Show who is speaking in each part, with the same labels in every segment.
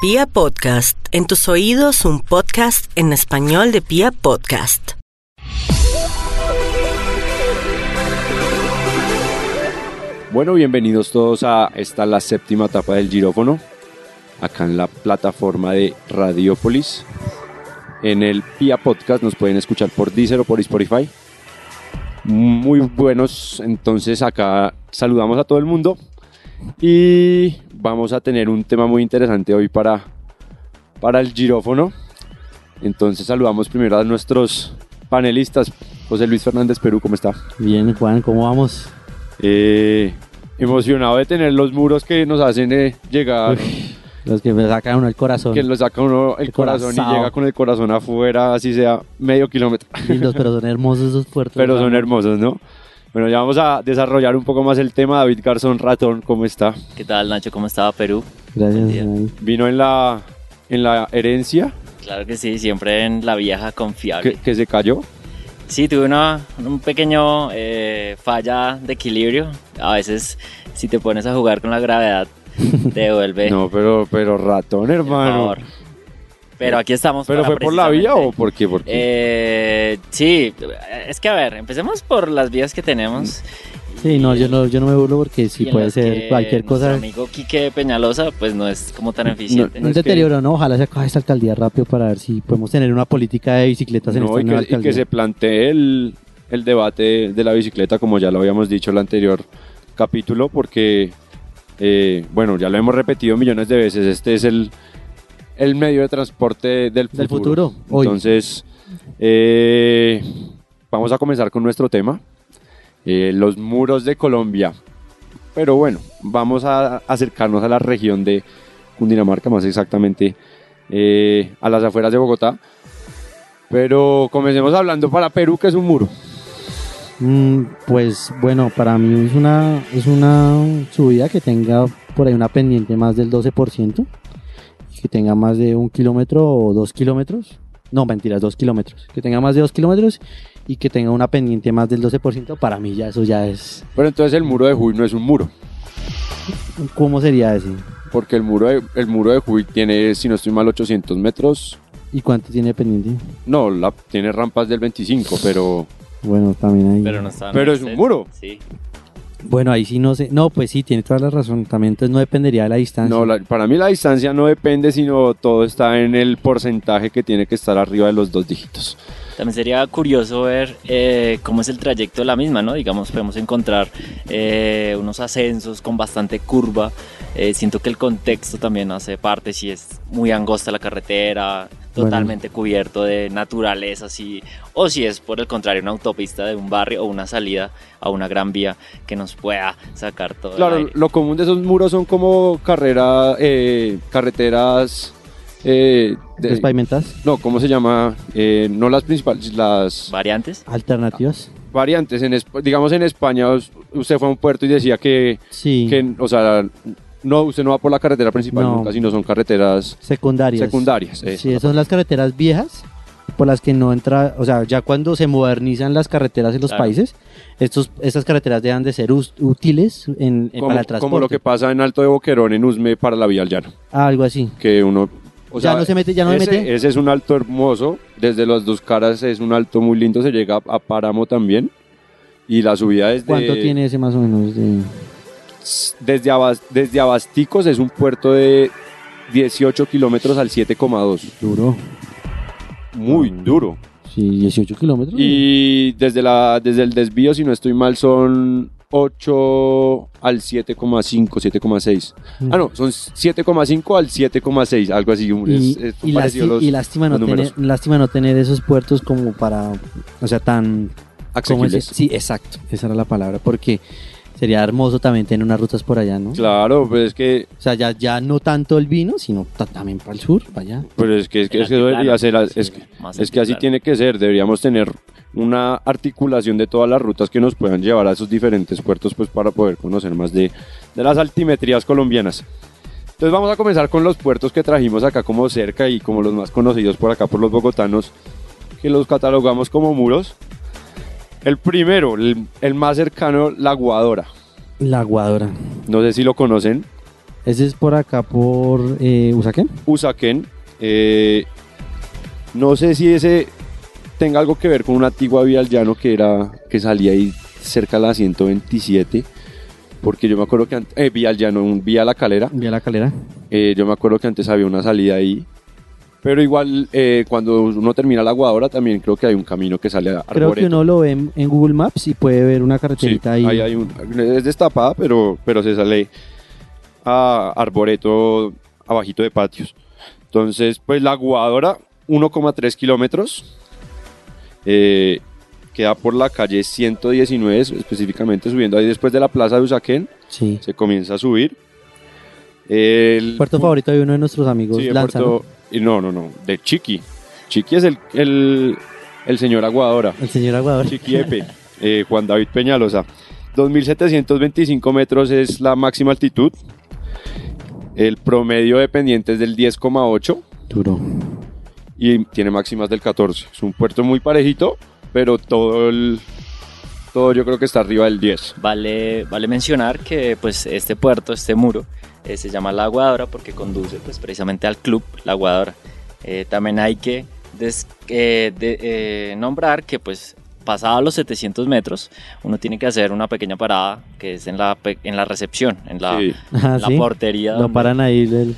Speaker 1: Pia Podcast, en tus oídos un podcast en español de Pia Podcast.
Speaker 2: Bueno, bienvenidos todos a esta la séptima etapa del girófono, acá en la plataforma de Radiopolis. En el PIA Podcast nos pueden escuchar por Deezer o por Spotify. Muy buenos, entonces acá saludamos a todo el mundo y vamos a tener un tema muy interesante hoy para, para el girófono. Entonces saludamos primero a nuestros panelistas. José Luis Fernández Perú, ¿cómo está?
Speaker 3: Bien, Juan, ¿cómo vamos?
Speaker 2: Eh, emocionado de tener los muros que nos hacen eh, llegar,
Speaker 3: Los que me sacan uno el corazón.
Speaker 2: que lo saca uno el
Speaker 3: El
Speaker 2: corazón
Speaker 3: corazón.
Speaker 2: y llega con el corazón afuera, así sea medio kilómetro.
Speaker 3: Lindos, pero son hermosos esos puertos.
Speaker 2: Pero son
Speaker 3: hermosos.
Speaker 2: hermosos, ¿no? Bueno, ya vamos a desarrollar un poco más el tema. David Garzón Ratón, ¿cómo está?
Speaker 4: ¿Qué tal, Nacho? ¿Cómo estaba Perú?
Speaker 3: Gracias.
Speaker 4: Buen día.
Speaker 3: Dani.
Speaker 2: Vino en la, en la herencia
Speaker 4: Claro que sí, siempre en la vieja confiable.
Speaker 2: que, que se cayó.
Speaker 4: Sí, tuve una, un pequeño eh, falla de equilibrio. A veces, si te pones a jugar con la gravedad, te devuelve.
Speaker 2: No, pero, pero ratón,
Speaker 4: por
Speaker 2: hermano.
Speaker 4: favor. Pero aquí estamos.
Speaker 2: ¿Pero
Speaker 4: para
Speaker 2: fue por la vía o
Speaker 4: precisamente-
Speaker 2: por qué? ¿Por qué?
Speaker 4: Eh, sí, es que a ver, empecemos por las vías que tenemos.
Speaker 2: Mm,
Speaker 3: Sí, no yo, no, yo no me burlo porque sí
Speaker 4: Y en
Speaker 3: puede
Speaker 4: las
Speaker 3: ser
Speaker 4: que
Speaker 3: cualquier cosa.
Speaker 4: Nuestro amigo Quique Peñalosa, pues no es como tan eficiente.
Speaker 2: No,
Speaker 3: Un
Speaker 2: es que-
Speaker 3: deterioro, ¿no? Ojalá se acabe esta alcaldía rápido para ver si podemos tener una política de bicicletas en
Speaker 2: No,
Speaker 3: esta
Speaker 2: y
Speaker 3: nueva
Speaker 2: que, y que
Speaker 3: alcaldía.
Speaker 2: se plantee el, el debate de la bicicleta, como ya lo habíamos dicho en el anterior capítulo, porque, eh, bueno, ya lo hemos repetido millones de veces, este es el, el medio de transporte del futuro.
Speaker 3: Del futuro, hoy.
Speaker 2: Entonces, eh, vamos a comenzar con nuestro tema, eh, los muros de Colombia. Pero bueno, vamos a acercarnos a la región de Cundinamarca, más exactamente eh, a las afueras de Bogotá. Pero comencemos hablando para Perú, que es un muro.
Speaker 3: Mm, pues bueno, para mí es una, es una subida que tenga por ahí una pendiente más del 12%, y que tenga más de un kilómetro o dos kilómetros, no mentiras, dos kilómetros, que tenga más de dos kilómetros y que tenga una pendiente más del 12%, para mí ya eso ya es,
Speaker 2: Pero entonces el muro de Jujuy no es un muro,
Speaker 3: ¿cómo sería ese?
Speaker 2: porque el muro de, el muro de Jujuy tiene, si no estoy mal, 800 metros.
Speaker 3: ¿Y cuánto tiene pendiente?
Speaker 2: No, la, tiene rampas del 25, pero
Speaker 3: Bueno, también ahí.
Speaker 4: Pero no está.
Speaker 2: Pero es un muro.
Speaker 4: Sí.
Speaker 3: Bueno, ahí sí no sé, no, pues sí, tiene toda la razón, también entonces no dependería de la distancia.
Speaker 2: no, la- para mí la distancia no depende, sino todo está en el porcentaje que tiene que estar arriba de los dos dígitos.
Speaker 4: También sería curioso ver eh, cómo es el trayecto de la misma, ¿no? Digamos, podemos encontrar eh, unos ascensos con bastante curva. Eh, siento que el contexto también hace parte, si es muy angosta la carretera,
Speaker 3: Bueno.
Speaker 4: totalmente cubierto de naturaleza, si, o si es por el contrario una autopista de un barrio o una salida a una gran vía que nos pueda sacar todo. el
Speaker 2: Claro,
Speaker 4: aire.
Speaker 2: lo común de esos muros son como carrera, eh, carreteras... eh, de-
Speaker 3: ¿Despavimentas?
Speaker 2: no, ¿cómo se llama? Eh, no las principales, las...
Speaker 4: Variantes.
Speaker 3: ¿Alternativas?
Speaker 2: variantes. En, Esp- digamos, en España us- usted fue a un puerto y decía que,
Speaker 3: Sí.
Speaker 2: que, o sea, no, usted no va por la carretera principal
Speaker 3: No.
Speaker 2: nunca, sino son carreteras
Speaker 3: Secundarias.
Speaker 2: secundarias. eh.
Speaker 3: Sí, son las carreteras viejas por las que no entra, o sea, ya cuando se modernizan las carreteras en los
Speaker 4: Claro.
Speaker 3: países, estos, estas carreteras dejan de ser us- útiles en,
Speaker 2: como,
Speaker 3: en- eh, para el
Speaker 2: como
Speaker 3: transporte. Ah,
Speaker 2: lo que pasa en Alto de Boquerón, en Usme, para la vía al llano,
Speaker 3: Algo así.
Speaker 2: que uno... O
Speaker 3: Ya
Speaker 2: sea,
Speaker 3: no se mete- ya no se
Speaker 2: ese,
Speaker 3: mete.
Speaker 2: ese es un alto hermoso, desde las dos caras es un alto muy lindo, se llega a, a Páramo también, y la subida desde...
Speaker 3: ¿Cuánto tiene ese más o menos? de-
Speaker 2: Desde, Abas- desde Abasticos es un puerto de 18 kilómetros al 7,2,
Speaker 3: Duro.
Speaker 2: muy
Speaker 3: Mm.
Speaker 2: duro.
Speaker 3: Sí, 18 kilómetros.
Speaker 2: Y
Speaker 3: Mm.
Speaker 2: desde, la, desde el desvío, si no estoy mal, son 8 al 7,5, 7,6. Ah, no, son 7,5 al 7,6, algo así. un- es-
Speaker 3: Y,
Speaker 2: es
Speaker 3: y
Speaker 2: parecido
Speaker 3: lasti-
Speaker 2: los
Speaker 3: y lástima, no
Speaker 2: los números.
Speaker 3: tener, lástima no tener esos puertos como para, o sea, tan... ¿cómo
Speaker 2: asequibles.
Speaker 3: decir? Sí, exacto, esa era la palabra, porque sería hermoso también tener unas rutas por allá, ¿no?
Speaker 2: Claro, pero es que,
Speaker 3: O sea, ya, ya no tanto el vino, sino ta- también para el sur, para allá.
Speaker 2: pero pues es que, es que, es que eso debería ser. Es que,
Speaker 4: Más
Speaker 2: es que así
Speaker 4: altiplano.
Speaker 2: tiene que ser. Deberíamos tener una articulación de todas las rutas que nos puedan llevar a esos diferentes puertos pues, para poder conocer más de, de las altimetrías colombianas. Entonces vamos a comenzar con los puertos que trajimos acá como cerca y como los más conocidos por acá por los bogotanos, que los catalogamos como muros. El primero, el, el más cercano, La Guadora.
Speaker 3: La Guadora.
Speaker 2: No sé si lo conocen.
Speaker 3: Ese es por acá, por eh, Usaquén.
Speaker 2: Usaquén. eh, no sé si ese tenga algo que ver con una antigua vía al llano que era que salía ahí cerca de la 127, porque yo me acuerdo que antes, eh, vía al llano, un vía a la calera,
Speaker 3: Vía la calera.
Speaker 2: eh, yo me acuerdo que antes había una salida ahí. Pero igual, eh, cuando uno termina la aguadora, también creo que hay un camino que sale a
Speaker 3: Creo
Speaker 2: Arboreto.
Speaker 3: que uno lo ve en, en Google Maps y puede ver una
Speaker 2: Sí,
Speaker 3: carreterita
Speaker 2: ahí
Speaker 3: ahí.
Speaker 2: hay un, es destapada, pero, pero se sale a arboreto abajito de patios. Entonces, pues la aguadora, 1,3 kilómetros, eh, queda por la calle 119, es- específicamente subiendo ahí después de la plaza de Usaquén,
Speaker 3: Sí.
Speaker 2: se comienza a subir. El
Speaker 3: Puerto favorito de uno de nuestros amigos,
Speaker 2: Sí, de
Speaker 3: Lanza. ¿no?
Speaker 2: Puerto- y no, no, no, de Chiqui. Chiqui es el, el, el señor aguadora.
Speaker 3: El señor Aguador.
Speaker 2: Chiquiepe, eh, Juan David Peñalosa. 2.725 metros es la máxima altitud. El promedio de pendientes del 10,8
Speaker 3: Duro.
Speaker 2: y tiene máximas del 14. Es un puerto muy parejito, pero todo el... Todo yo creo que está arriba del 10.
Speaker 4: Vale, vale mencionar que pues este puerto, este muro, eh, se llama La Aguadora porque conduce pues precisamente al club La Aguadora. Eh, también hay que des- eh, de- eh, nombrar que pues pasados los 700 metros uno tiene que hacer una pequeña parada que es en la, pe- en la recepción, en la,
Speaker 2: Sí.
Speaker 3: Ah,
Speaker 4: la
Speaker 3: sí.
Speaker 4: portería.
Speaker 3: Lo
Speaker 4: donde-
Speaker 3: paran ahí. el-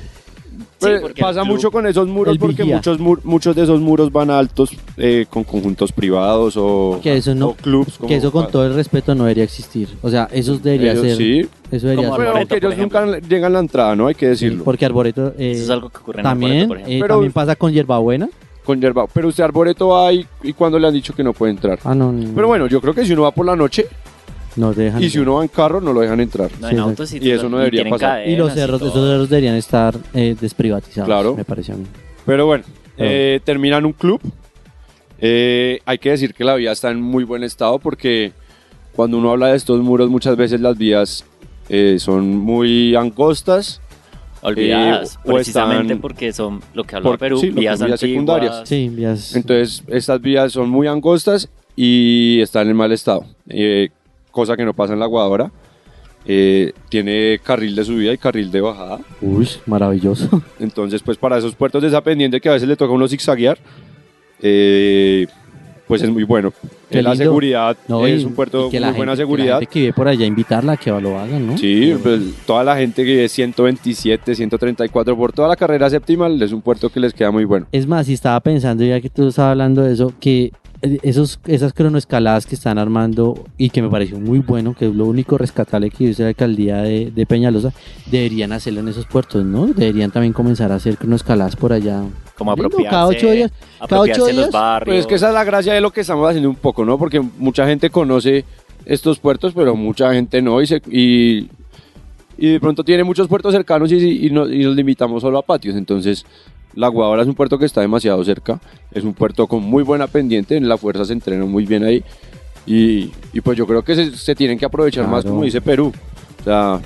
Speaker 4: Sí,
Speaker 2: Pues,
Speaker 4: porque el
Speaker 2: pasa
Speaker 4: club-
Speaker 2: mucho con esos muros
Speaker 3: el
Speaker 2: porque
Speaker 3: vigía.
Speaker 2: muchos, mur- muchos de esos muros van a altos eh, con conjuntos privados o,
Speaker 3: Que eso no-
Speaker 2: o clubs. como
Speaker 3: que eso con
Speaker 2: pa-
Speaker 3: todo el respeto no debería existir. O sea, eso debería
Speaker 2: Ellos
Speaker 3: ser.
Speaker 2: sí.
Speaker 3: Eso debería ser.
Speaker 4: Como
Speaker 2: Pero
Speaker 4: Arboreto,
Speaker 2: que
Speaker 4: por
Speaker 2: ellos nunca llegan a la entrada, ¿no? Hay que decirlo.
Speaker 3: Porque Arboreto eh,
Speaker 4: Eso es algo que ocurre en el
Speaker 3: también,
Speaker 4: puerto, por ejemplo.
Speaker 3: eh,
Speaker 2: Pero-
Speaker 3: también pasa con Hierbabuena.
Speaker 2: con yerba. Pero usted arboreto va y, y cuando le han dicho que no puede entrar.
Speaker 3: Ah, no, no.
Speaker 2: Pero bueno, yo creo que si uno va por la noche
Speaker 3: Ah, no te dejan.
Speaker 2: y si uno va en carro, no lo dejan entrar.
Speaker 4: No,
Speaker 3: Sí,
Speaker 4: en
Speaker 3: exacto.
Speaker 4: autos
Speaker 2: Y eso no debería
Speaker 4: tienen
Speaker 2: pasar.
Speaker 4: cadenas
Speaker 3: Y los cerros,
Speaker 4: todo.
Speaker 3: esos cerros deberían estar eh, desprivatizados.
Speaker 2: Claro.
Speaker 3: Me parece a mí.
Speaker 2: Pero bueno,
Speaker 3: Pero-
Speaker 2: eh, terminan un club. Eh, hay que decir que la vía está en muy buen estado porque cuando uno habla de estos muros, muchas veces las vías eh, son muy angostas.
Speaker 4: olvidadas,
Speaker 2: eh, o
Speaker 4: precisamente
Speaker 2: están-
Speaker 4: porque son lo que habla
Speaker 2: por-
Speaker 4: Perú,
Speaker 2: sí, lo que
Speaker 4: vías
Speaker 2: vías
Speaker 4: antiguas,
Speaker 2: secundarias.
Speaker 3: Sí, vías.
Speaker 2: Entonces, estas vías son muy angostas y están en mal estado, eh, cosa que no pasa en la Guadora. Eh, tiene carril de subida y carril de bajada.
Speaker 3: Uy, maravilloso.
Speaker 2: Entonces, pues para esos puertos de esa pendiente que a veces le toca a uno zigzaguear, eh, pues es muy bueno.
Speaker 3: Qué
Speaker 2: Eh, la
Speaker 3: lindo.
Speaker 2: seguridad
Speaker 3: No,
Speaker 2: es
Speaker 3: y-
Speaker 2: un puerto
Speaker 3: y que
Speaker 2: muy
Speaker 3: la gente-
Speaker 2: buena
Speaker 3: que la
Speaker 2: seguridad.
Speaker 3: gente que vive por allá invitarla a que lo hagan, ¿no?
Speaker 2: Sí, pues, toda la gente que es 127, 134 por toda la carrera séptima es un puerto que les queda muy bueno.
Speaker 3: Es más, y estaba pensando, ya que tú estabas hablando de eso, que eh, esos, esas cronoescaladas que están armando y que me pareció muy bueno, que es lo único rescatable que hizo la alcaldía de, de Peñalosa, deberían hacerlo en esos puertos, ¿no? Deberían también comenzar a hacer cronoescaladas por allá.
Speaker 4: como
Speaker 3: Lindo,
Speaker 4: apropiarse,
Speaker 3: cada ocho días- cada ocho
Speaker 4: apropiarse de los
Speaker 3: días,
Speaker 4: barrios.
Speaker 2: Pues es que esa es la gracia de lo que estamos haciendo un poco, ¿no? Porque mucha gente conoce estos puertos, pero mucha gente no. Y, se- y, y de pronto tiene muchos puertos cercanos y, y no- y nos limitamos solo a patios. Entonces, La Guadalajara es un puerto que está demasiado cerca. Es un puerto con muy buena pendiente. En la fuerza se entrena muy bien ahí. Y, y pues yo creo que se, se tienen que aprovechar más,
Speaker 3: Claro.
Speaker 2: como dice Perú. O sea,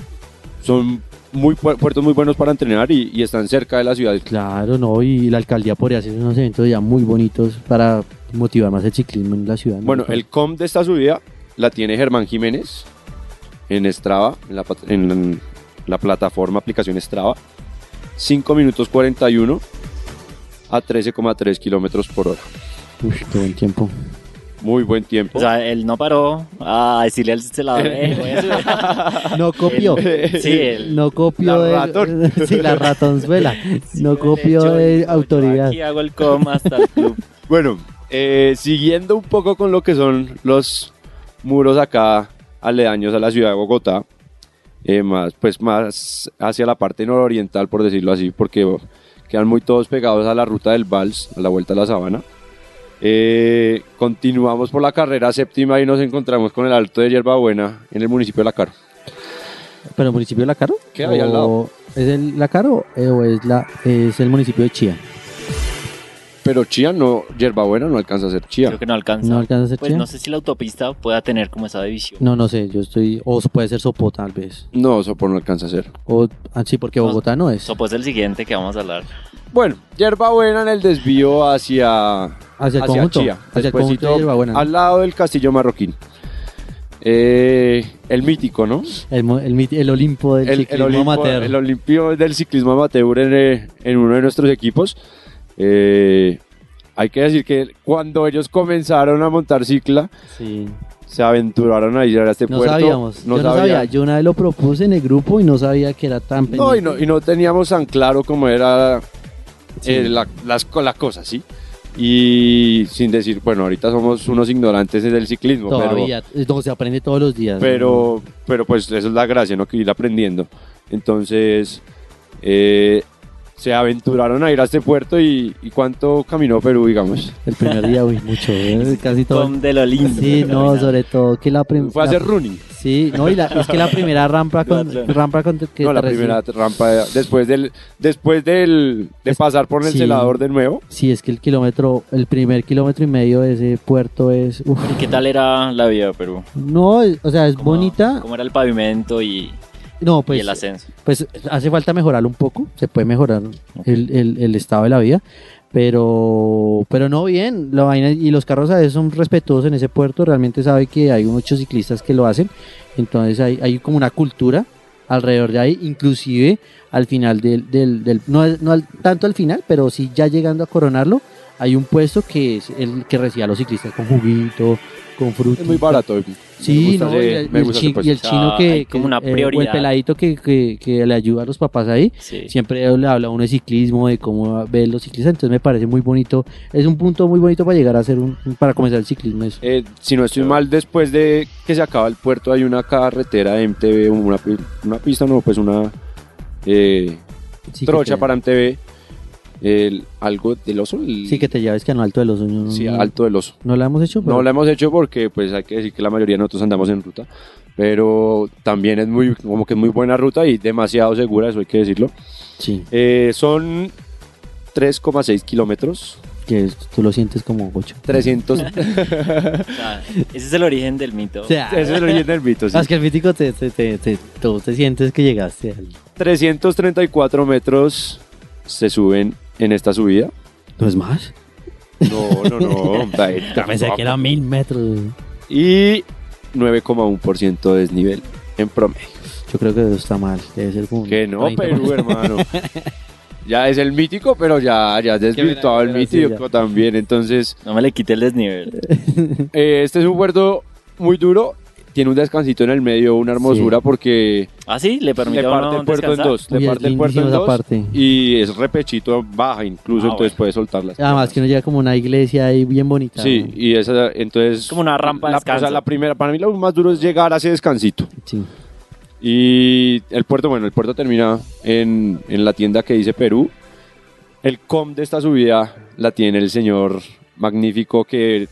Speaker 2: son muy pu- puertos muy buenos para entrenar y, y están cerca de la ciudad.
Speaker 3: Claro, ¿no? Y la alcaldía podría hacer unos eventos ya muy bonitos para motivar más el ciclismo en la ciudad. ¿no? Pues,
Speaker 2: Bueno, el com de esta subida la tiene Germán Jiménez en Strava, en la, pat- en la plataforma aplicación Strava. 5 minutos 41 a 13,3 kilómetros por hora.
Speaker 3: Uy, qué buen tiempo.
Speaker 2: Muy buen tiempo.
Speaker 4: O sea, él no paró a decirle al celador, "Eh, voy a subir".
Speaker 3: No copió.
Speaker 2: Eh,
Speaker 4: sí, él,
Speaker 3: No copió
Speaker 2: La
Speaker 3: de.
Speaker 2: ratón.
Speaker 3: sí, la ratonzuela. no
Speaker 4: yo
Speaker 3: copió
Speaker 4: le echo-
Speaker 3: de
Speaker 4: yo
Speaker 3: autoridad.
Speaker 4: Aquí hago el com hasta el club.
Speaker 2: Bueno, eh, siguiendo un poco con lo que son los muros acá aledaños a la ciudad de Bogotá, eh, más, pues más hacia la parte nororiental, por decirlo así, porque oh, quedan muy todos pegados a la ruta del Vals, a la vuelta a la sabana. Eh, continuamos por la carrera séptima y nos encontramos con el Alto de Yerbabuena en el municipio de La Caro.
Speaker 3: ¿Pero el municipio de La Caro?
Speaker 2: Queda ahí al
Speaker 3: ¿O
Speaker 2: lado.
Speaker 3: ¿Es el La Caro eh, o es, la, es el municipio de Chía?
Speaker 2: Pero Chía no, Yerbabuena no alcanza a ser Chía.
Speaker 4: Creo que no alcanza.
Speaker 3: ¿No alcanza a ser
Speaker 4: pues
Speaker 3: Chía?
Speaker 4: no sé si la autopista pueda tener como esa división.
Speaker 3: No, no sé, yo estoy. O puede ser Sopó tal vez.
Speaker 2: No, Sopor no alcanza a ser.
Speaker 3: O, ah, sí, porque
Speaker 4: No,
Speaker 3: Bogotá no es.
Speaker 4: Eso pues el siguiente que vamos a hablar.
Speaker 2: Bueno, Yerbabuena en el desvío hacia
Speaker 3: Hacia el conjunto.
Speaker 2: Chía,
Speaker 3: hacia el
Speaker 2: despuésito,
Speaker 3: conjunto de Hierbabuena, ¿no?
Speaker 2: al lado del castillo marroquín. Eh, el mítico, ¿no?
Speaker 3: El, mo- el mit- el Olimpo del ciclismo
Speaker 2: Olimpo-
Speaker 3: amateur.
Speaker 2: el Olimpio del ciclismo amateur en, eh, en uno de nuestros equipos. Eh, hay que decir que cuando ellos comenzaron a montar cicla,
Speaker 3: Sí.
Speaker 2: se aventuraron a ir a este
Speaker 3: No
Speaker 2: puerto.
Speaker 3: sabíamos.
Speaker 2: No
Speaker 3: yo no
Speaker 2: sabía.
Speaker 3: sabía. Yo una vez lo propuse en el grupo y no sabía que era tan
Speaker 2: No, y
Speaker 3: pendiente.
Speaker 2: no, y no teníamos tan claro cómo era
Speaker 3: Sí.
Speaker 2: eh, la, las, co- la cosa, ¿sí? Y sin decir, bueno, ahorita somos unos ignorantes del ciclismo, pero
Speaker 3: Todavía. eh, No, se aprende todos los días.
Speaker 2: pero, pero pues esa es la gracia, ¿no? Que ir aprendiendo. Entonces, eh, se aventuraron a ir a este puerto y, y cuánto caminó Perú, digamos.
Speaker 3: El primer día, uy, mucho. eh, Casi todo.
Speaker 4: Tom del Olimpo.
Speaker 3: Sí, no, sobre todo que la primera.
Speaker 2: Fue a hacer running,
Speaker 3: Sí, no, y la, es que la primera rampa con,
Speaker 4: Duatlón.
Speaker 3: rampa con que
Speaker 2: no, la
Speaker 3: te recibe-
Speaker 2: primera rampa después del después del de
Speaker 3: Es-
Speaker 2: pasar por el
Speaker 3: sí.
Speaker 2: celador de nuevo.
Speaker 3: Sí, es que el kilómetro, el primer kilómetro y medio de ese puerto es. uf.
Speaker 4: ¿Y qué tal era la vida de Perú?
Speaker 3: No, es- o sea, es
Speaker 4: ¿Cómo-
Speaker 3: bonita.
Speaker 4: ¿Cómo era el pavimento y,
Speaker 3: No,
Speaker 4: y
Speaker 3: pues,
Speaker 4: el ascenso?
Speaker 3: pues hace falta mejorarlo un poco. Se puede mejorar el, el- el estado de la vía. Pero, pero no bien. La vaina, y los carros a veces son respetuosos en ese puerto. Realmente sabe que hay muchos ciclistas que lo hacen. Entonces hay, hay como una cultura alrededor de ahí. Inclusive al final del... del, del- no al- no al- tanto al final, pero sí ya llegando a coronarlo. Hay un puesto que es el que recibe a los ciclistas con juguito, con fruta.
Speaker 2: Es muy barato. me
Speaker 3: Sí,
Speaker 2: gusta
Speaker 3: no,
Speaker 2: ese-
Speaker 3: y el,
Speaker 2: me
Speaker 3: y el
Speaker 2: gusta ese
Speaker 3: chi-
Speaker 2: puesto.
Speaker 3: y el
Speaker 4: puesto.
Speaker 3: chino
Speaker 4: Ah,
Speaker 3: que,
Speaker 4: hay como
Speaker 3: que,
Speaker 4: una
Speaker 3: eh, o el
Speaker 4: prioridad.
Speaker 3: peladito que, que- que le ayuda a los papás ahí,
Speaker 4: Sí.
Speaker 3: siempre le habla a uno de ciclismo, de cómo ver los ciclistas, entonces me parece muy bonito, es un punto muy bonito para llegar a hacer un, para comenzar el ciclismo eso.
Speaker 2: Eh, si no estoy mal, después de que se acaba el puerto hay una carretera de MTV, una, pi- una pista, no, pues una eh,
Speaker 3: Sí que
Speaker 2: trocha
Speaker 3: te-
Speaker 2: para MTV. El, algo del oso. el-
Speaker 3: Sí, que te lleves que no alto de los no,
Speaker 2: Sí,
Speaker 3: no-
Speaker 2: alto del oso.
Speaker 3: No la hemos hecho, pero
Speaker 2: No la hemos hecho porque pues hay que decir que la mayoría de nosotros andamos en ruta, pero también es muy como que es muy buena ruta y demasiado segura, eso hay que decirlo.
Speaker 3: sí,
Speaker 2: Eh, son 3,6 kilómetros,
Speaker 3: que es- tú lo sientes como gocho.
Speaker 2: 300.
Speaker 4: O sea, ese es el origen del mito.
Speaker 3: O sea,
Speaker 2: eso es el origen del mito, sí.
Speaker 3: más Ah, que el mítico te, te, te, te- tú te sientes que llegaste al-
Speaker 2: 334 metros se suben en esta subida.
Speaker 3: ¿No es más?
Speaker 2: No, no, no. David,
Speaker 3: Yo pensé que eran mil metros.
Speaker 2: Y 9,1% de desnivel en promedio.
Speaker 3: Yo creo que eso está mal, debe ser como un
Speaker 2: Que no,
Speaker 3: 30%.
Speaker 2: Perú, hermano. Ya es el mítico, pero ya, ya es desvirtuado el
Speaker 3: verá, sí,
Speaker 2: mítico también. Entonces,
Speaker 4: No me le quite el desnivel.
Speaker 2: eh, este es un puerto muy duro. Tiene un descansito en el medio, una hermosura,
Speaker 3: Sí.
Speaker 2: porque
Speaker 4: ¿Ah, sí? ¿Le
Speaker 2: le
Speaker 4: permite a
Speaker 2: parte
Speaker 4: uno
Speaker 2: el puerto en
Speaker 4: descansar?
Speaker 2: dos.
Speaker 3: Uy,
Speaker 2: Le
Speaker 3: es
Speaker 2: parte el puerto
Speaker 3: lindísimo
Speaker 2: en
Speaker 3: esa
Speaker 2: dos.
Speaker 3: parte.
Speaker 2: Y es repechito baja incluso,
Speaker 4: Ah,
Speaker 2: entonces
Speaker 4: bueno.
Speaker 2: puede soltar las
Speaker 3: Además Ah, que uno llega como una iglesia ahí bien bonita.
Speaker 2: Sí,
Speaker 3: ¿no?
Speaker 2: y esa, entonces...
Speaker 4: Como una rampa de
Speaker 2: la,
Speaker 4: descanso.
Speaker 2: o sea, la primera, para mí lo más duro es llegar a ese descansito.
Speaker 3: Sí.
Speaker 2: Y el puerto, bueno, el puerto termina en, en la tienda que dice Perú. El com de esta subida la tiene el señor magnífico que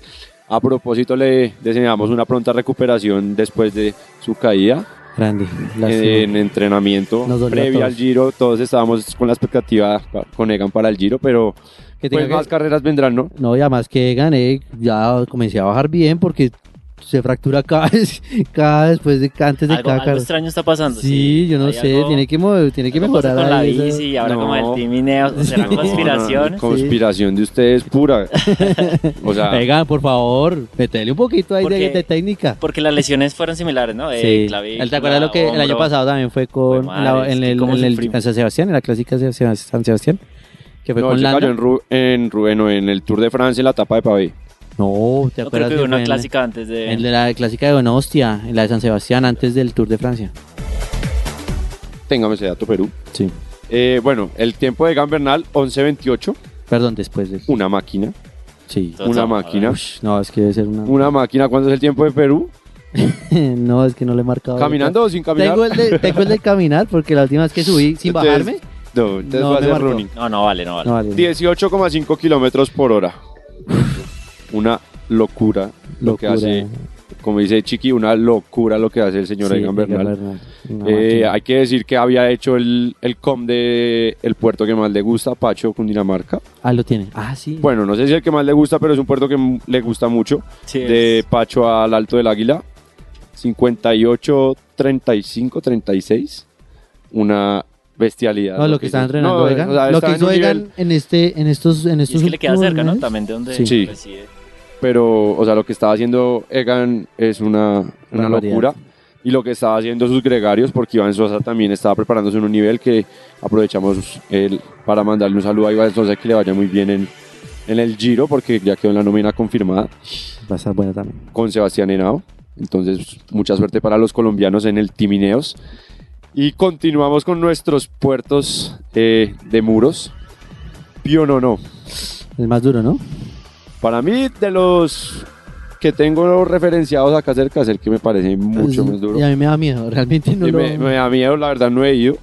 Speaker 2: a propósito le deseamos una pronta recuperación después de su caída
Speaker 3: Grande.
Speaker 2: en,
Speaker 3: lástima.
Speaker 2: en entrenamiento
Speaker 3: Nos dolió a
Speaker 2: previo al
Speaker 3: todos.
Speaker 2: Giro. Todos estábamos con la expectativa pa- con Egan para el Giro, pero
Speaker 3: Que tenga
Speaker 2: pues
Speaker 3: que-
Speaker 2: más carreras vendrán, ¿no?
Speaker 3: No, y además que gané, ya comencé a bajar bien porque se fractura cada vez, cada después de antes de
Speaker 4: Algo,
Speaker 3: cada
Speaker 4: algo
Speaker 3: carrera.
Speaker 4: extraño está pasando.
Speaker 3: Sí, yo no
Speaker 4: Hay
Speaker 3: sé,
Speaker 4: algo-
Speaker 3: tiene que mover, tiene que
Speaker 4: algo pasa
Speaker 3: mejorar
Speaker 4: con la
Speaker 3: ahí esa-
Speaker 4: bici y ahora
Speaker 2: No.
Speaker 4: como el team Ineos, ¿o serán
Speaker 2: No, no,
Speaker 4: conspiraciones?
Speaker 2: conspiración de ustedes pura. O sea,
Speaker 3: Venga, por favor, metele un poquito ahí de,
Speaker 4: Porque-
Speaker 3: de técnica.
Speaker 4: Porque las lesiones fueron similares, ¿no? Eh,
Speaker 3: Sí.
Speaker 4: clavícula,
Speaker 3: ¿Te acuerdas lo que el año
Speaker 4: hombro.
Speaker 3: pasado también fue con
Speaker 4: Pues madre,
Speaker 3: la-
Speaker 4: es
Speaker 3: en
Speaker 4: que
Speaker 3: el,
Speaker 4: cómo
Speaker 3: en el-
Speaker 4: sufrimos.
Speaker 3: en San Sebastián, en la clásica de San San Sebastián? Que fue
Speaker 2: no,
Speaker 3: con
Speaker 2: se
Speaker 3: Landa.
Speaker 2: cayó en, Ru- en Ru- bueno, en el Tour de Francia en la etapa de Pavé.
Speaker 3: No, ¿te
Speaker 4: No, creo
Speaker 3: acuerdas
Speaker 4: que hubo
Speaker 3: fue
Speaker 4: una
Speaker 3: en-
Speaker 4: clásica antes de...
Speaker 3: En la clásica de Donostia, en la de San Sebastián, antes del Tour de Francia.
Speaker 2: Téngame ese dato, Perú.
Speaker 3: Sí.
Speaker 2: Eh, bueno, el tiempo de Gambernal, 11.28.
Speaker 3: Perdón, después del.
Speaker 2: Una máquina.
Speaker 3: Sí.
Speaker 4: Entonces,
Speaker 2: una
Speaker 4: no,
Speaker 2: máquina.
Speaker 3: Ush, no, es que debe ser una.
Speaker 2: Una máquina. ¿Cuándo es el tiempo de Perú?
Speaker 3: no, es que no le he marcado.
Speaker 2: ¿Caminando o sin caminar?
Speaker 3: Tengo el, de, tengo el de caminar porque la última vez que subí sin
Speaker 2: Entonces,
Speaker 3: bajarme.
Speaker 2: No, entonces
Speaker 3: No,
Speaker 2: va a
Speaker 3: me
Speaker 2: ser
Speaker 3: marcó.
Speaker 2: running.
Speaker 4: No, no vale, no vale.
Speaker 3: No, vale.
Speaker 2: 18,5 kilómetros por hora. Una locura, lo que
Speaker 3: Locura.
Speaker 2: hace, como dice Chiqui, una locura lo que hace el señor
Speaker 3: Sí,
Speaker 2: Egan Bernal.
Speaker 3: Bernal, una
Speaker 2: Eh,
Speaker 3: máquina.
Speaker 2: hay que decir que había hecho el, el com de el puerto que más le gusta, Pacho, Cundinamarca.
Speaker 3: Ah, lo tiene. Ah, sí.
Speaker 2: Bueno, no sé si es el que más le gusta, pero es un puerto que m- le gusta mucho.
Speaker 4: Sí,
Speaker 2: De
Speaker 4: es-
Speaker 2: Pacho al Alto del Águila. 58, 35, 36. Una bestialidad.
Speaker 3: No, lo que está
Speaker 2: hizo.
Speaker 3: entrenando
Speaker 2: No,
Speaker 3: Egan.
Speaker 2: o sea,
Speaker 3: lo
Speaker 2: está
Speaker 3: que
Speaker 2: en un
Speaker 3: hizo
Speaker 2: nivel-
Speaker 3: Egan en, este, en estos. En
Speaker 4: Y
Speaker 3: estos
Speaker 4: es que le queda
Speaker 3: últimos
Speaker 4: cerca, ¿no?
Speaker 3: meses.
Speaker 4: También de donde
Speaker 3: Sí.
Speaker 2: Sí.
Speaker 4: reside.
Speaker 2: pero, o sea, lo que estaba haciendo Egan es una, una
Speaker 3: Barbaridad.
Speaker 2: locura. Y lo que estaba haciendo sus gregarios, porque Iván Sosa también estaba preparándose en un nivel que aprovechamos el- para mandarle un saludo a Iván Sosa que le vaya muy bien en, en el giro, porque ya quedó en la nómina confirmada
Speaker 3: Va a estar bueno también.
Speaker 2: con Sebastián Henao. Entonces, mucha suerte para los colombianos en el Timineos. Y continuamos con nuestros puertos eh, de muros. Pionono.
Speaker 3: El más duro, ¿no?
Speaker 2: Para mí, de los que tengo referenciados acá cerca, es el que me parece mucho
Speaker 3: Es-
Speaker 2: más duro.
Speaker 3: Y a mí me da miedo, realmente no
Speaker 2: Y
Speaker 3: lo...
Speaker 2: me, me da miedo, la verdad, no he ido.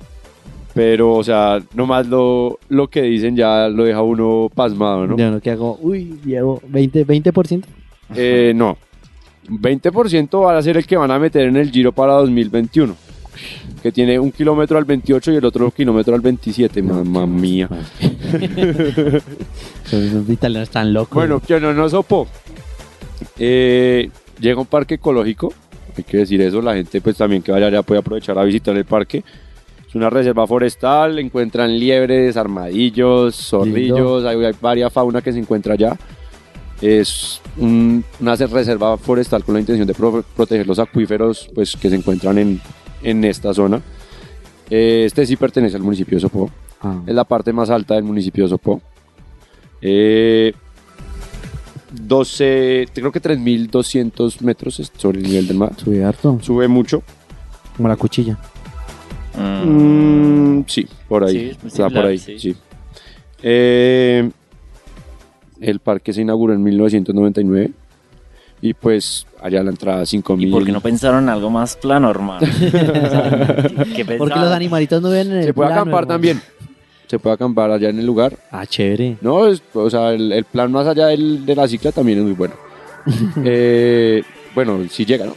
Speaker 2: Pero, o sea, nomás lo, lo que dicen ya lo deja uno pasmado, ¿no?
Speaker 3: Ya no, que hago, uy, llevo 20, 20%.
Speaker 2: Eh, no. 20% va a ser el que van a meter en el Giro para 2021. Que tiene un kilómetro al 28 y el otro kilómetro al 27. Mamma mía.
Speaker 3: Los italianos están locos.
Speaker 2: Bueno, que no nos sopo. Eh, llega un parque ecológico. Hay que decir eso. La gente, pues también que vaya allá puede aprovechar a visitar el parque. Es una reserva forestal. Encuentran liebres, armadillos, zorrillos. Hay, hay varias fauna que se encuentra allá. es un- una reserva forestal con la intención de pro- proteger los acuíferos pues, que se encuentran en, en esta zona. Eh, Este sí pertenece al municipio de Sopó,
Speaker 3: Ah.
Speaker 2: es la parte más alta del municipio de Sopó. Eh, 12, creo que 3.200 metros es sobre el nivel del mar.
Speaker 3: Subí harto,
Speaker 2: Sube mucho.
Speaker 3: como la cuchilla.
Speaker 4: Mm,
Speaker 2: Mm, sí, por ahí.
Speaker 4: Sí, es muy
Speaker 2: está por
Speaker 4: similar,
Speaker 2: ahí, sí.
Speaker 4: sí.
Speaker 2: Eh, el parque se inauguró en 1999 y pues allá la entrada 5.000.
Speaker 4: ¿Y por
Speaker 3: Mm.
Speaker 4: qué no pensaron en algo más plano, hermano? O sea,
Speaker 3: Porque
Speaker 4: ¿qué pensaban?
Speaker 3: los animalitos no ven en el
Speaker 2: Se puede
Speaker 3: plano,
Speaker 2: acampar
Speaker 3: hermano.
Speaker 2: también. Se puede acampar allá en el lugar.
Speaker 3: Ah, chévere.
Speaker 2: No, es- o sea, el, el plan más allá del- de la cicla también es muy bueno. Eh, bueno, si llega, ¿no?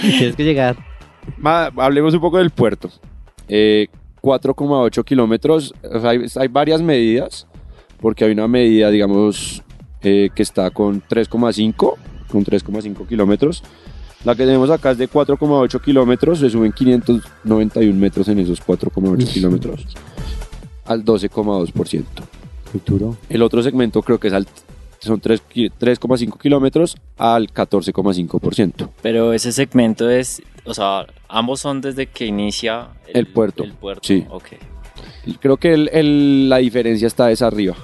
Speaker 3: Tienes que llegar.
Speaker 2: Ma- hablemos un poco del puerto. Eh, 4,8 kilómetros. o sea, hay, hay varias medidas, porque hay una medida, digamos, eh, que está con 3,5, con 3,5 kilómetros. La que tenemos acá es de 4,8 kilómetros, se suben 591 metros en esos 4,8 kilómetros, al 12,2%.
Speaker 3: Muy duro.
Speaker 2: El otro segmento creo que es al, son 3 ki- 3,5 kilómetros al 14,5%.
Speaker 4: Pero ese segmento es, o sea, ambos son desde que inicia
Speaker 2: El puerto,
Speaker 4: El puerto,
Speaker 2: sí.
Speaker 4: ok.
Speaker 2: Creo que el- el- la diferencia está es arriba.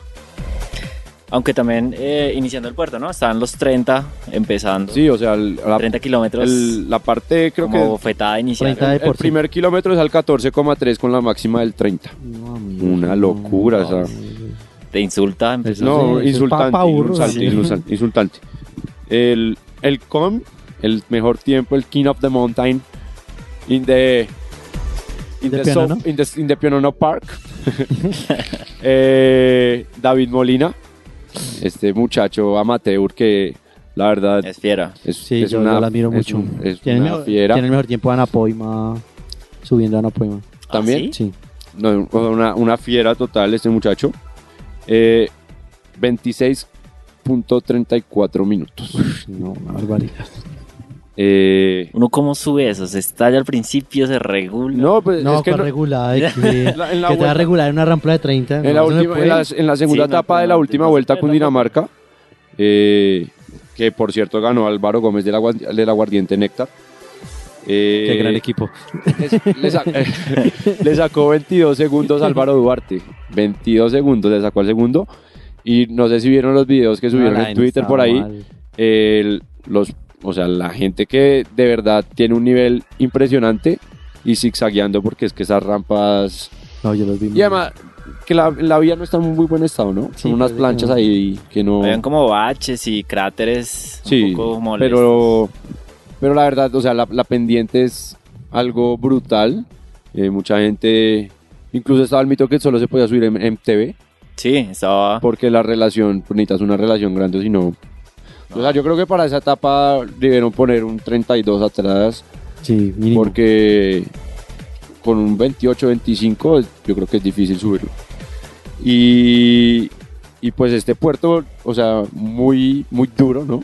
Speaker 4: Aunque también eh, iniciando el puerto, ¿no? Estaban los 30 empezando.
Speaker 2: Sí, o sea, el- la,
Speaker 4: 30 kilómetros.
Speaker 2: el- la parte, creo
Speaker 4: como
Speaker 2: que
Speaker 4: bofetada inicial.
Speaker 3: 30 de
Speaker 2: el
Speaker 3: por sí.
Speaker 2: primer kilómetro es al 14,3 con la máxima del 30.
Speaker 3: No, amigo.
Speaker 2: Una locura, o sea.
Speaker 4: Te insulta.
Speaker 3: Eso sí,
Speaker 4: empezó-
Speaker 2: No,
Speaker 3: eso es
Speaker 2: insultante,
Speaker 3: pa- pa' burros,
Speaker 2: insultante,
Speaker 3: sí.
Speaker 2: insultante, insultante. El, el com, el mejor tiempo, el king of the mountain, in the... In
Speaker 3: The
Speaker 2: the,
Speaker 3: Pionono.
Speaker 2: South- in the- in the Pionono Park. Eh, David Molina, este muchacho amateur que la verdad
Speaker 4: Es fiera.
Speaker 2: es,
Speaker 3: Sí,
Speaker 2: es
Speaker 3: yo,
Speaker 2: una,
Speaker 3: yo la admiro
Speaker 2: es
Speaker 3: mucho.
Speaker 2: un- es
Speaker 3: tiene, el
Speaker 2: una
Speaker 3: mejor,
Speaker 2: fiera.
Speaker 3: tiene el mejor tiempo Anapoima, subiendo a Anapoima.
Speaker 4: ¿Ah,
Speaker 2: También,
Speaker 4: sí?
Speaker 3: Sí.
Speaker 2: No, o sea, una, una fiera total este muchacho. Eh, 26.34 minutos.
Speaker 3: No, una barbaridad.
Speaker 2: Eh,
Speaker 4: Uno cómo sube eso, se estalla al principio, se regula.
Speaker 2: no, pues
Speaker 3: No,
Speaker 2: es que
Speaker 3: con
Speaker 2: no-
Speaker 3: regular. eh, que-
Speaker 2: la- en la
Speaker 3: que te va a
Speaker 2: vuelta-
Speaker 3: regular en una rampa de 30.
Speaker 2: en la
Speaker 3: no, eso no
Speaker 2: última-
Speaker 3: puede.
Speaker 2: en la- en la segunda
Speaker 4: Sí, no,
Speaker 2: etapa de la
Speaker 4: no,
Speaker 2: última
Speaker 4: no,
Speaker 2: vuelta
Speaker 4: no,
Speaker 2: con Dinamarca, eh, que por cierto ganó Álvaro Gómez del Aguar- del Aguardiente Néctar. Eh,
Speaker 3: Qué gran equipo.
Speaker 2: Les- le, sa- le sacó 22 segundos Álvaro Duarte. 22 segundos le sacó al segundo. Y no sé si vieron los videos que subieron
Speaker 3: Ah, la
Speaker 2: en
Speaker 3: vaina
Speaker 2: Twitter
Speaker 3: estaba
Speaker 2: por ahí.
Speaker 3: mal.
Speaker 2: el- los, o sea, la gente que de verdad tiene un nivel impresionante y zigzagueando porque es que esas rampas...
Speaker 3: No, yo los vi.
Speaker 2: Y además, que la, la vía no está en muy buen estado, ¿no?
Speaker 3: Sí,
Speaker 2: Son unas
Speaker 4: pues,
Speaker 3: parece que
Speaker 2: planchas
Speaker 3: no.
Speaker 2: ahí que no...
Speaker 4: Habían como baches y cráteres
Speaker 2: Sí,
Speaker 4: un poco molestos.
Speaker 2: pero, pero la verdad, o sea, la, la pendiente es algo brutal. Eh, mucha gente, incluso estaba el mito que solo se podía subir en, en TV,
Speaker 4: Sí, estaba...
Speaker 2: porque la relación, pues, necesitas una relación grande, si no. O sea, yo creo que para esa etapa debieron poner un 32 atrás,
Speaker 3: Sí, mínimo.
Speaker 2: porque con un 28-25 yo creo que es difícil subirlo. Y, y pues este puerto, o sea, muy, muy duro, ¿no?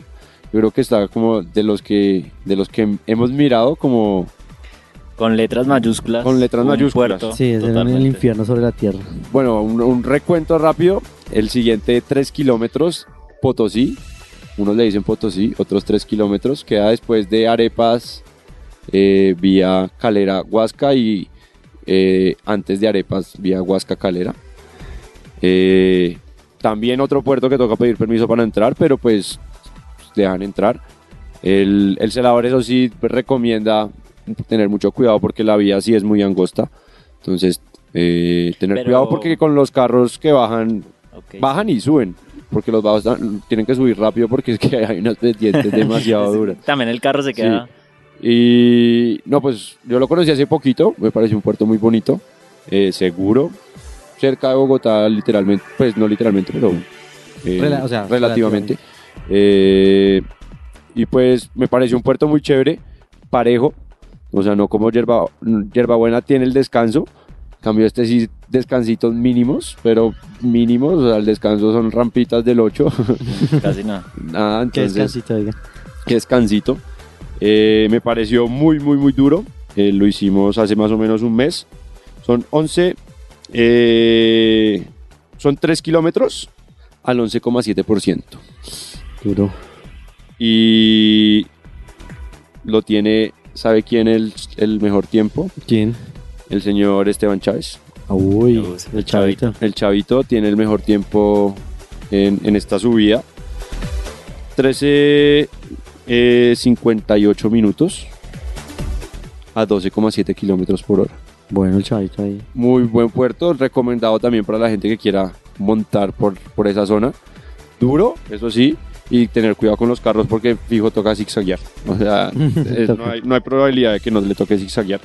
Speaker 2: Yo creo que está como de los que, de los que hemos mirado como,
Speaker 4: Con letras mayúsculas.
Speaker 2: Con letras
Speaker 4: un
Speaker 2: mayúsculas.
Speaker 4: puerto,
Speaker 3: Sí, es el- el
Speaker 4: totalmente.
Speaker 3: infierno sobre la tierra.
Speaker 2: bueno, un, un recuento rápido. El siguiente 3 kilómetros, Potosí, Unos le dicen Potosí, otros 3 kilómetros. Queda después de Arepas, eh, vía Calera Huasca y eh, antes de Arepas, vía Huasca Calera. Eh, también otro puerto que toca pedir permiso para entrar, pero pues dejan entrar. El, el celador, eso sí, recomienda tener mucho cuidado porque la vía sí es muy angosta. Entonces, eh, tener
Speaker 4: Pero-
Speaker 2: cuidado porque con los carros que bajan,
Speaker 4: Ok.
Speaker 2: bajan y suben. Porque los bajos tan- tienen que subir rápido porque es que hay unas pendientes demasiado duras.
Speaker 4: También el carro se
Speaker 2: Sí.
Speaker 4: queda.
Speaker 2: Y no, pues yo lo conocí hace poquito, me parece un puerto muy bonito, eh, seguro, cerca de Bogotá, literalmente, pues no literalmente, pero eh,
Speaker 3: Rela- o sea,
Speaker 2: relativamente. Eh, y pues me pareció un puerto muy chévere, parejo, o sea, no como Yerba, Buena tiene el descanso, en cambio este sí descansitos mínimos, pero mínimos, o sea, el descanso son rampitas del 8,
Speaker 4: Casi nada.
Speaker 2: nada,
Speaker 3: Que
Speaker 2: entonces
Speaker 3: descansito, oiga.
Speaker 2: qué descansito. Eh, me pareció muy, muy, muy duro. Eh, lo hicimos hace más o menos un mes. Son 11, eh, son 3 kilómetros al 11,7%.
Speaker 3: Duro.
Speaker 2: Y lo tiene, ¿sabe quién el, el mejor tiempo?
Speaker 3: ¿Quién?
Speaker 2: El señor Esteban Chávez.
Speaker 3: Uy,
Speaker 4: Uy,
Speaker 3: el chavito.
Speaker 2: El chavito tiene el mejor tiempo en, en esta subida. 13, eh, 58 minutos a 12,7 kilómetros por hora.
Speaker 3: Bueno, el chavito ahí.
Speaker 2: Muy buen puerto, recomendado también para la gente que quiera montar por, por esa zona. Duro, eso sí, y tener cuidado con los carros porque fijo toca zigzaguear. O sea, es- no, hay, no hay probabilidad de que nos le toque zigzaguear.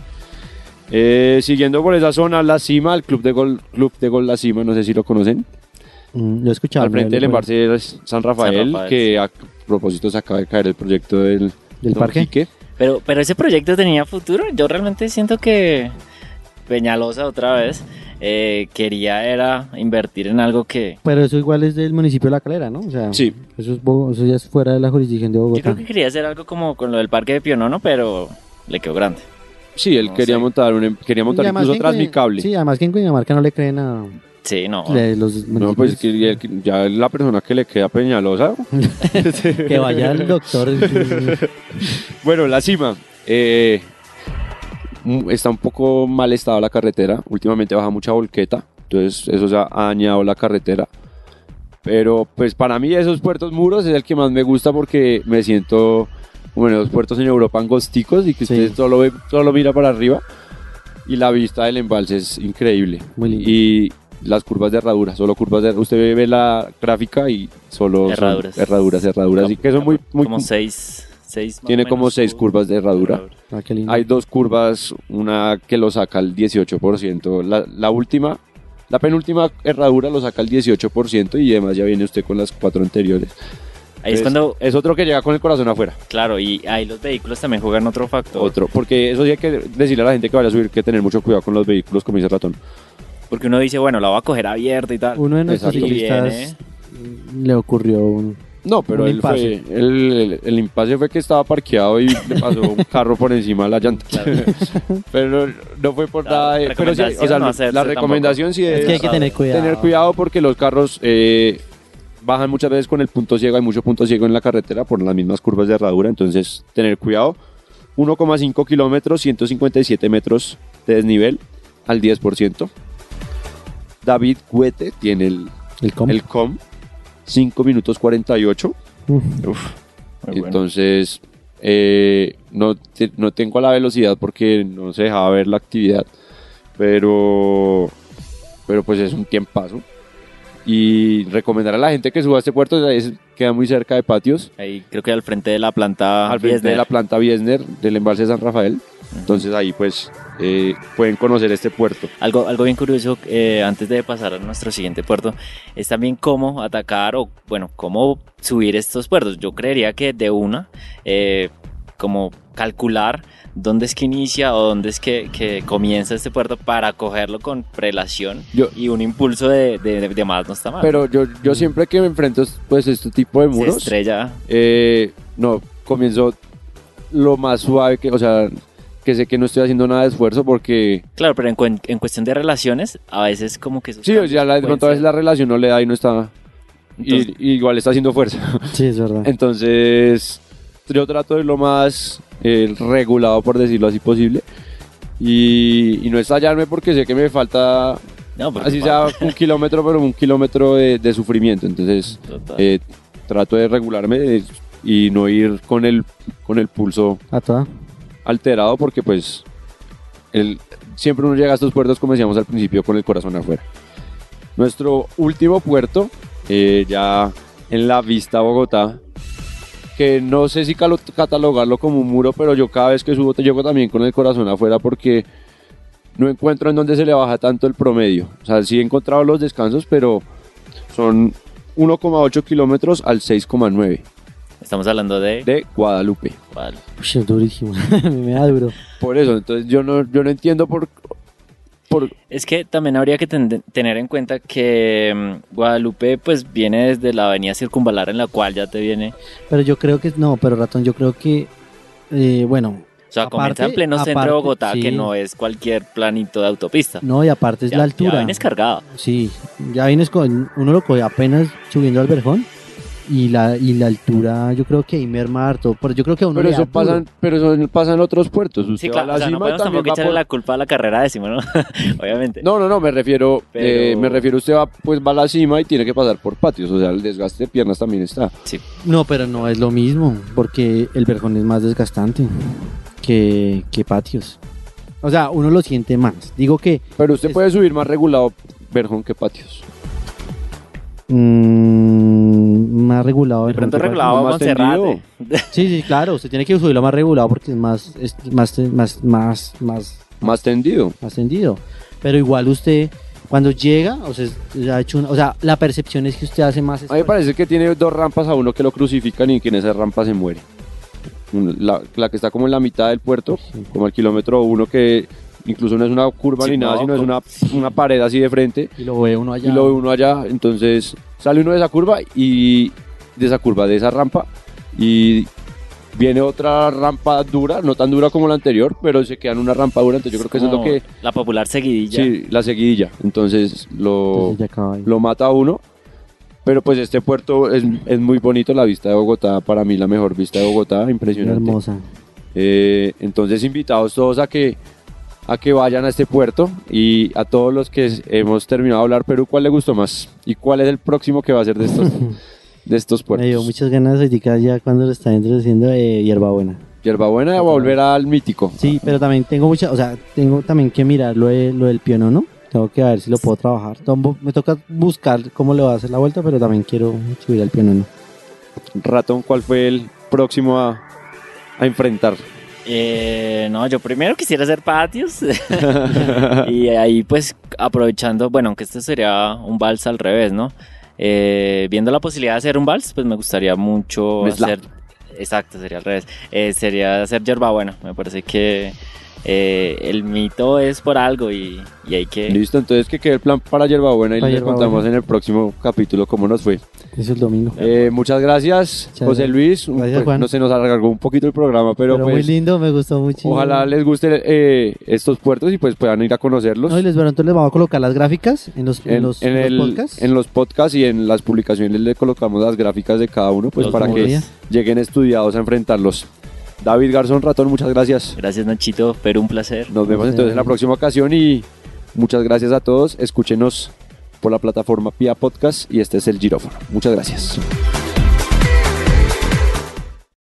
Speaker 2: Eh, siguiendo por esa zona, La Cima, el club de gol, club de gol La Cima, no sé si lo conocen.
Speaker 3: Mm, lo he escuchado.
Speaker 2: Al frente del
Speaker 3: del
Speaker 2: embarse San Rafael,
Speaker 4: San Rafael,
Speaker 2: que a propósito se acaba de caer el proyecto del,
Speaker 3: ¿Del
Speaker 2: Don
Speaker 3: parque?
Speaker 2: Quique.
Speaker 4: Pero, pero ese proyecto tenía futuro. Yo realmente siento que Peñalosa otra vez eh, quería era invertir en algo que
Speaker 3: Pero eso igual es del municipio de La Calera, ¿no? O sea,
Speaker 2: Sí,
Speaker 3: eso, es Bo- eso ya es fuera de la jurisdicción de
Speaker 4: yo creo
Speaker 3: Bogotá.
Speaker 4: que quería hacer algo como con lo del parque de Pionono, pero le quedó grande.
Speaker 2: sí, él
Speaker 4: No
Speaker 2: quería
Speaker 4: sé.
Speaker 2: montar un em- quería montar
Speaker 3: Y además
Speaker 2: incluso
Speaker 3: que en Cuen-
Speaker 2: Transmicable.
Speaker 3: Sí, además que en Cundinamarca no le creen a
Speaker 4: Sí, no.
Speaker 3: le- los
Speaker 2: No, pues
Speaker 3: municipios.
Speaker 2: que ya- que ya la persona que le queda Peñalosa.
Speaker 3: que vaya el doctor.
Speaker 2: Bueno, la cima. eh, mm, está un poco mal estado la carretera. Últimamente baja mucha volqueta. Entonces, eso ya ha dañado la carretera. Pero, pues para mí, esos puertos muros es el que más me gusta porque me siento. Bueno, los puertos en Europa angosticos y que
Speaker 3: Sí.
Speaker 2: ustedes usted solo, ve- solo mira para arriba. Y la vista del embalse es increíble.
Speaker 3: Muy lindo.
Speaker 2: Y las curvas de herradura, solo curvas de Usted ve la gráfica y solo son
Speaker 4: Herraduras.
Speaker 2: herraduras, herraduras. Así que son muy, muy
Speaker 4: como seis, seis más o
Speaker 2: tiene como
Speaker 4: menos
Speaker 2: seis
Speaker 4: cur-
Speaker 2: curvas de herradura.
Speaker 3: Ah, qué lindo.
Speaker 2: Hay dos curvas, una que lo saca al 18%. La, la última, la penúltima herradura lo saca al 18% y además ya viene usted con las cuatro anteriores.
Speaker 4: Ahí es
Speaker 2: Entonces,
Speaker 4: cuando,
Speaker 2: es otro que llega con el corazón afuera.
Speaker 4: claro, y ahí los vehículos también juegan otro factor.
Speaker 2: Otro. Porque eso sí hay que decirle a la gente que vaya a subir que tener mucho cuidado con los vehículos, como dice el ratón.
Speaker 4: Porque uno dice, bueno, la va a coger abierta y tal.
Speaker 3: Uno de nuestros
Speaker 2: Exacto.
Speaker 3: ciclistas le ocurrió un...
Speaker 2: No, pero
Speaker 3: Un
Speaker 2: él fue-
Speaker 3: impasse.
Speaker 2: el, el- el impasse fue que estaba parqueado y le pasó un carro por encima de la llanta. pero no fue por
Speaker 4: La
Speaker 2: nada. de- Pero sí, o sea,
Speaker 4: recomendación no hacerse
Speaker 2: la
Speaker 4: tampoco.
Speaker 2: recomendación sí es,
Speaker 3: Es que hay que tener cuidado.
Speaker 2: tener cuidado porque los carros eh, bajan muchas veces con el punto ciego. Hay mucho punto ciego en la carretera por las mismas curvas de herradura. Entonces, tener cuidado. 1,5 kilómetros, 157 metros de desnivel al 10%. David Cuete tiene el,
Speaker 3: El com.
Speaker 2: el com. 5 minutos 48.
Speaker 3: Uf.
Speaker 4: Muy bueno.
Speaker 2: Entonces, eh, no, te- no tengo la velocidad porque no se dejaba ver la actividad, pero, pero pues es un tiempazo. Y recomendar a la gente que suba a este puerto, o sea, es- queda muy cerca de patios,
Speaker 4: Ahí creo que al frente de la planta.
Speaker 2: al frente de
Speaker 4: Wiesner.
Speaker 2: la planta Biesner del embalse de San Rafael. Entonces ahí pues eh, pueden conocer este puerto.
Speaker 4: Algo, algo bien curioso, eh, antes de pasar a nuestro siguiente puerto, es también cómo atacar o, bueno, cómo subir estos puertos. Yo creería que de una, eh, como calcular dónde es que inicia o dónde es que, que comienza este puerto para cogerlo con prelación
Speaker 2: Yo-
Speaker 4: y un impulso de, de- de más no está mal.
Speaker 2: Pero yo, yo siempre que me enfrento pues este tipo de
Speaker 4: Se
Speaker 2: muros,
Speaker 4: estrella.
Speaker 2: Eh, no, comienzo lo más suave que, o sea, que sé que no estoy haciendo nada de esfuerzo porque
Speaker 4: Claro, pero en, cuen- en cuestión de relaciones, a veces como que... esos
Speaker 2: sí, o
Speaker 4: cambios
Speaker 2: sea, la, de
Speaker 4: pueden
Speaker 2: pronto a veces
Speaker 4: ser-
Speaker 2: la relación no le da y no está,
Speaker 4: Entonces-
Speaker 2: y- y igual está haciendo fuerza.
Speaker 3: Sí, es verdad.
Speaker 2: Entonces, yo trato de lo más eh, regulado, por decirlo así, posible. Y, y no estallarme porque sé que me falta,
Speaker 4: No, porque
Speaker 2: así
Speaker 4: pa-
Speaker 2: sea un kilómetro, pero un kilómetro de, de sufrimiento. Entonces,
Speaker 4: total.
Speaker 2: eh, trato de regularme eh, y no ir con el, con el pulso
Speaker 3: A toda.
Speaker 2: alterado porque pues el, siempre uno llega a estos puertos, como decíamos al principio, con el corazón afuera. Nuestro último puerto, eh, ya en la vista Bogotá, que no sé si calo- catalogarlo como un muro, pero yo cada vez que subo te llego también con el corazón afuera porque no encuentro en dónde se le baja tanto el promedio. O sea, sí he encontrado los descansos, pero son 1,8 kilómetros al 6,9
Speaker 4: Estamos hablando de...
Speaker 2: de Guadalupe.
Speaker 4: Vale.
Speaker 3: Uy, es durísimo. A mí me da duro.
Speaker 2: Por eso, entonces yo no, yo no entiendo por, por
Speaker 4: Es que también habría que ten- tener en cuenta que mm, Guadalupe pues viene desde la avenida circunvalar en la cual ya te viene,
Speaker 3: Pero yo creo que, no, pero ratón, yo creo que, eh, bueno,
Speaker 4: o sea, comienza
Speaker 3: Aparte-
Speaker 4: en pleno centro de
Speaker 3: aparte-
Speaker 4: Bogotá, que
Speaker 3: sí.
Speaker 4: no es cualquier planito de autopista.
Speaker 3: no, y aparte es
Speaker 4: Ya-
Speaker 3: la
Speaker 4: Ya
Speaker 3: altura.
Speaker 4: vienes cargado.
Speaker 3: Sí, ya vienes con, uno lo coge apenas subiendo al verjón y la, y la altura, yo creo que ahí merma harto, pero yo creo que a uno
Speaker 2: Pero
Speaker 3: le da
Speaker 2: eso, pasa,
Speaker 3: duro.
Speaker 2: en- pero eso pasa en otros puertos. Usted
Speaker 4: Sí,
Speaker 2: va a
Speaker 4: claro,
Speaker 2: la
Speaker 4: o sea, no
Speaker 2: cima y
Speaker 4: podemos
Speaker 2: también
Speaker 4: tampoco
Speaker 2: va
Speaker 4: echarle
Speaker 2: por-
Speaker 4: la culpa a la carrera décimo, ¿no? Obviamente.
Speaker 2: No, no, no, me refiero,
Speaker 4: Pero-
Speaker 2: eh, me refiero usted va, pues va a la cima y tiene que pasar por patios, o sea, el desgaste de piernas también está.
Speaker 3: No, pero no es lo mismo, porque el verjón es más desgastante que, que patios. O sea, uno lo siente más. Digo que
Speaker 2: Pero usted
Speaker 3: Es-
Speaker 2: puede subir más regulado verjón que patios.
Speaker 3: mm, más regulado.
Speaker 4: de
Speaker 3: verjón
Speaker 4: pronto
Speaker 3: que patios.
Speaker 4: reglado
Speaker 2: más
Speaker 4: con Cerrate.
Speaker 3: Sí, sí, claro, usted tiene que subirlo más regulado porque es más, es más, más, más, más,
Speaker 2: Más tendido.
Speaker 3: más tendido. Pero igual usted, cuando llega, o sea, ya ha hecho una- o sea, la percepción es que usted hace más
Speaker 2: A mí me
Speaker 3: esfuerzo.
Speaker 2: parece que tiene dos rampas a uno que lo crucifican y que en esa rampa se muere. Una- La, la que está como en la mitad del puerto,
Speaker 3: Sí.
Speaker 2: como el kilómetro uno que incluso no es una curva
Speaker 4: Sí,
Speaker 2: ni nada,
Speaker 4: no,
Speaker 2: sino es
Speaker 4: como-
Speaker 2: una, una pared así de frente.
Speaker 3: Y lo ve uno allá.
Speaker 2: y lo ve uno allá, entonces sale uno de esa curva y de esa curva, de esa rampa y viene otra rampa dura, no tan dura como la anterior, pero se queda en una rampa dura, entonces yo creo que eso es lo
Speaker 4: Como
Speaker 2: que
Speaker 4: La popular seguidilla.
Speaker 2: sí, la seguidilla, entonces lo
Speaker 3: Entonces ya acaba ahí.
Speaker 2: lo mata a uno. Pero pues este puerto es, es muy bonito, la vista de Bogotá, para mí la mejor vista de Bogotá, impresionante.
Speaker 3: hermosa.
Speaker 2: Eh, entonces invitados todos a que a que vayan a este puerto y a todos los que es- hemos terminado de hablar Perú, ¿cuál le gustó más? ¿Y cuál es el próximo que va a ser de estos de estos
Speaker 3: Me dio
Speaker 2: puertos?
Speaker 3: muchas ganas de indicar ya cuando le está introduciendo eh, hierbabuena.
Speaker 2: Yerbabuena va a volver al mítico.
Speaker 3: Sí, pero también tengo mucha, o sea, tengo también que mirar lo, de- lo del piano, ¿no? Tengo que ver si lo puedo trabajar. Tampo- Me toca buscar cómo le va a hacer la vuelta, pero también quiero subir al piano, ¿no?
Speaker 2: Ratón, ¿cuál fue el próximo a, a enfrentar?
Speaker 4: Eh, no, yo primero quisiera hacer patios. y ahí pues aprovechando, bueno, aunque este sería un vals al revés, ¿no? Eh, viendo la posibilidad de hacer un vals, pues me gustaría mucho
Speaker 2: Mezclar.
Speaker 4: hacer... Exacto, sería al revés. Eh, sería hacer yerba bueno. Me parece que eh, el mito es por algo y, y hay que...
Speaker 2: Listo, entonces que quede el plan para Yerbabuena y
Speaker 3: Para
Speaker 2: les
Speaker 3: Yerbabuena.
Speaker 2: contamos en el próximo capítulo cómo nos fue.
Speaker 3: Es el domingo.
Speaker 2: Eh, muchas gracias,
Speaker 3: Muchas
Speaker 2: José
Speaker 3: gracias.
Speaker 2: Luis. Un-
Speaker 3: Gracias,
Speaker 2: pues,
Speaker 3: Juan.
Speaker 2: No se nos alargó un poquito el programa, pero,
Speaker 3: pero muy
Speaker 2: pues
Speaker 3: lindo, me gustó mucho.
Speaker 2: Ojalá les guste eh, estos puertos y pues puedan ir a conocerlos
Speaker 3: No, y les, bueno, entonces les vamos a colocar las gráficas en los, en,
Speaker 2: en,
Speaker 3: los,
Speaker 2: en
Speaker 3: en los
Speaker 2: el-
Speaker 3: podcasts.
Speaker 2: en los podcasts y en las publicaciones les colocamos las gráficas de cada uno pues
Speaker 4: Los
Speaker 2: para que
Speaker 3: modelos.
Speaker 2: lleguen estudiados a enfrentarlos. David Garzón Ratón, muchas gracias.
Speaker 4: Gracias Nachito, pero un placer.
Speaker 2: Nos vemos
Speaker 3: Gracias,
Speaker 2: entonces en la
Speaker 3: David.
Speaker 2: próxima ocasión y muchas gracias a todos. Escúchenos por la plataforma PIA Podcast y este es el Girófono. Muchas gracias.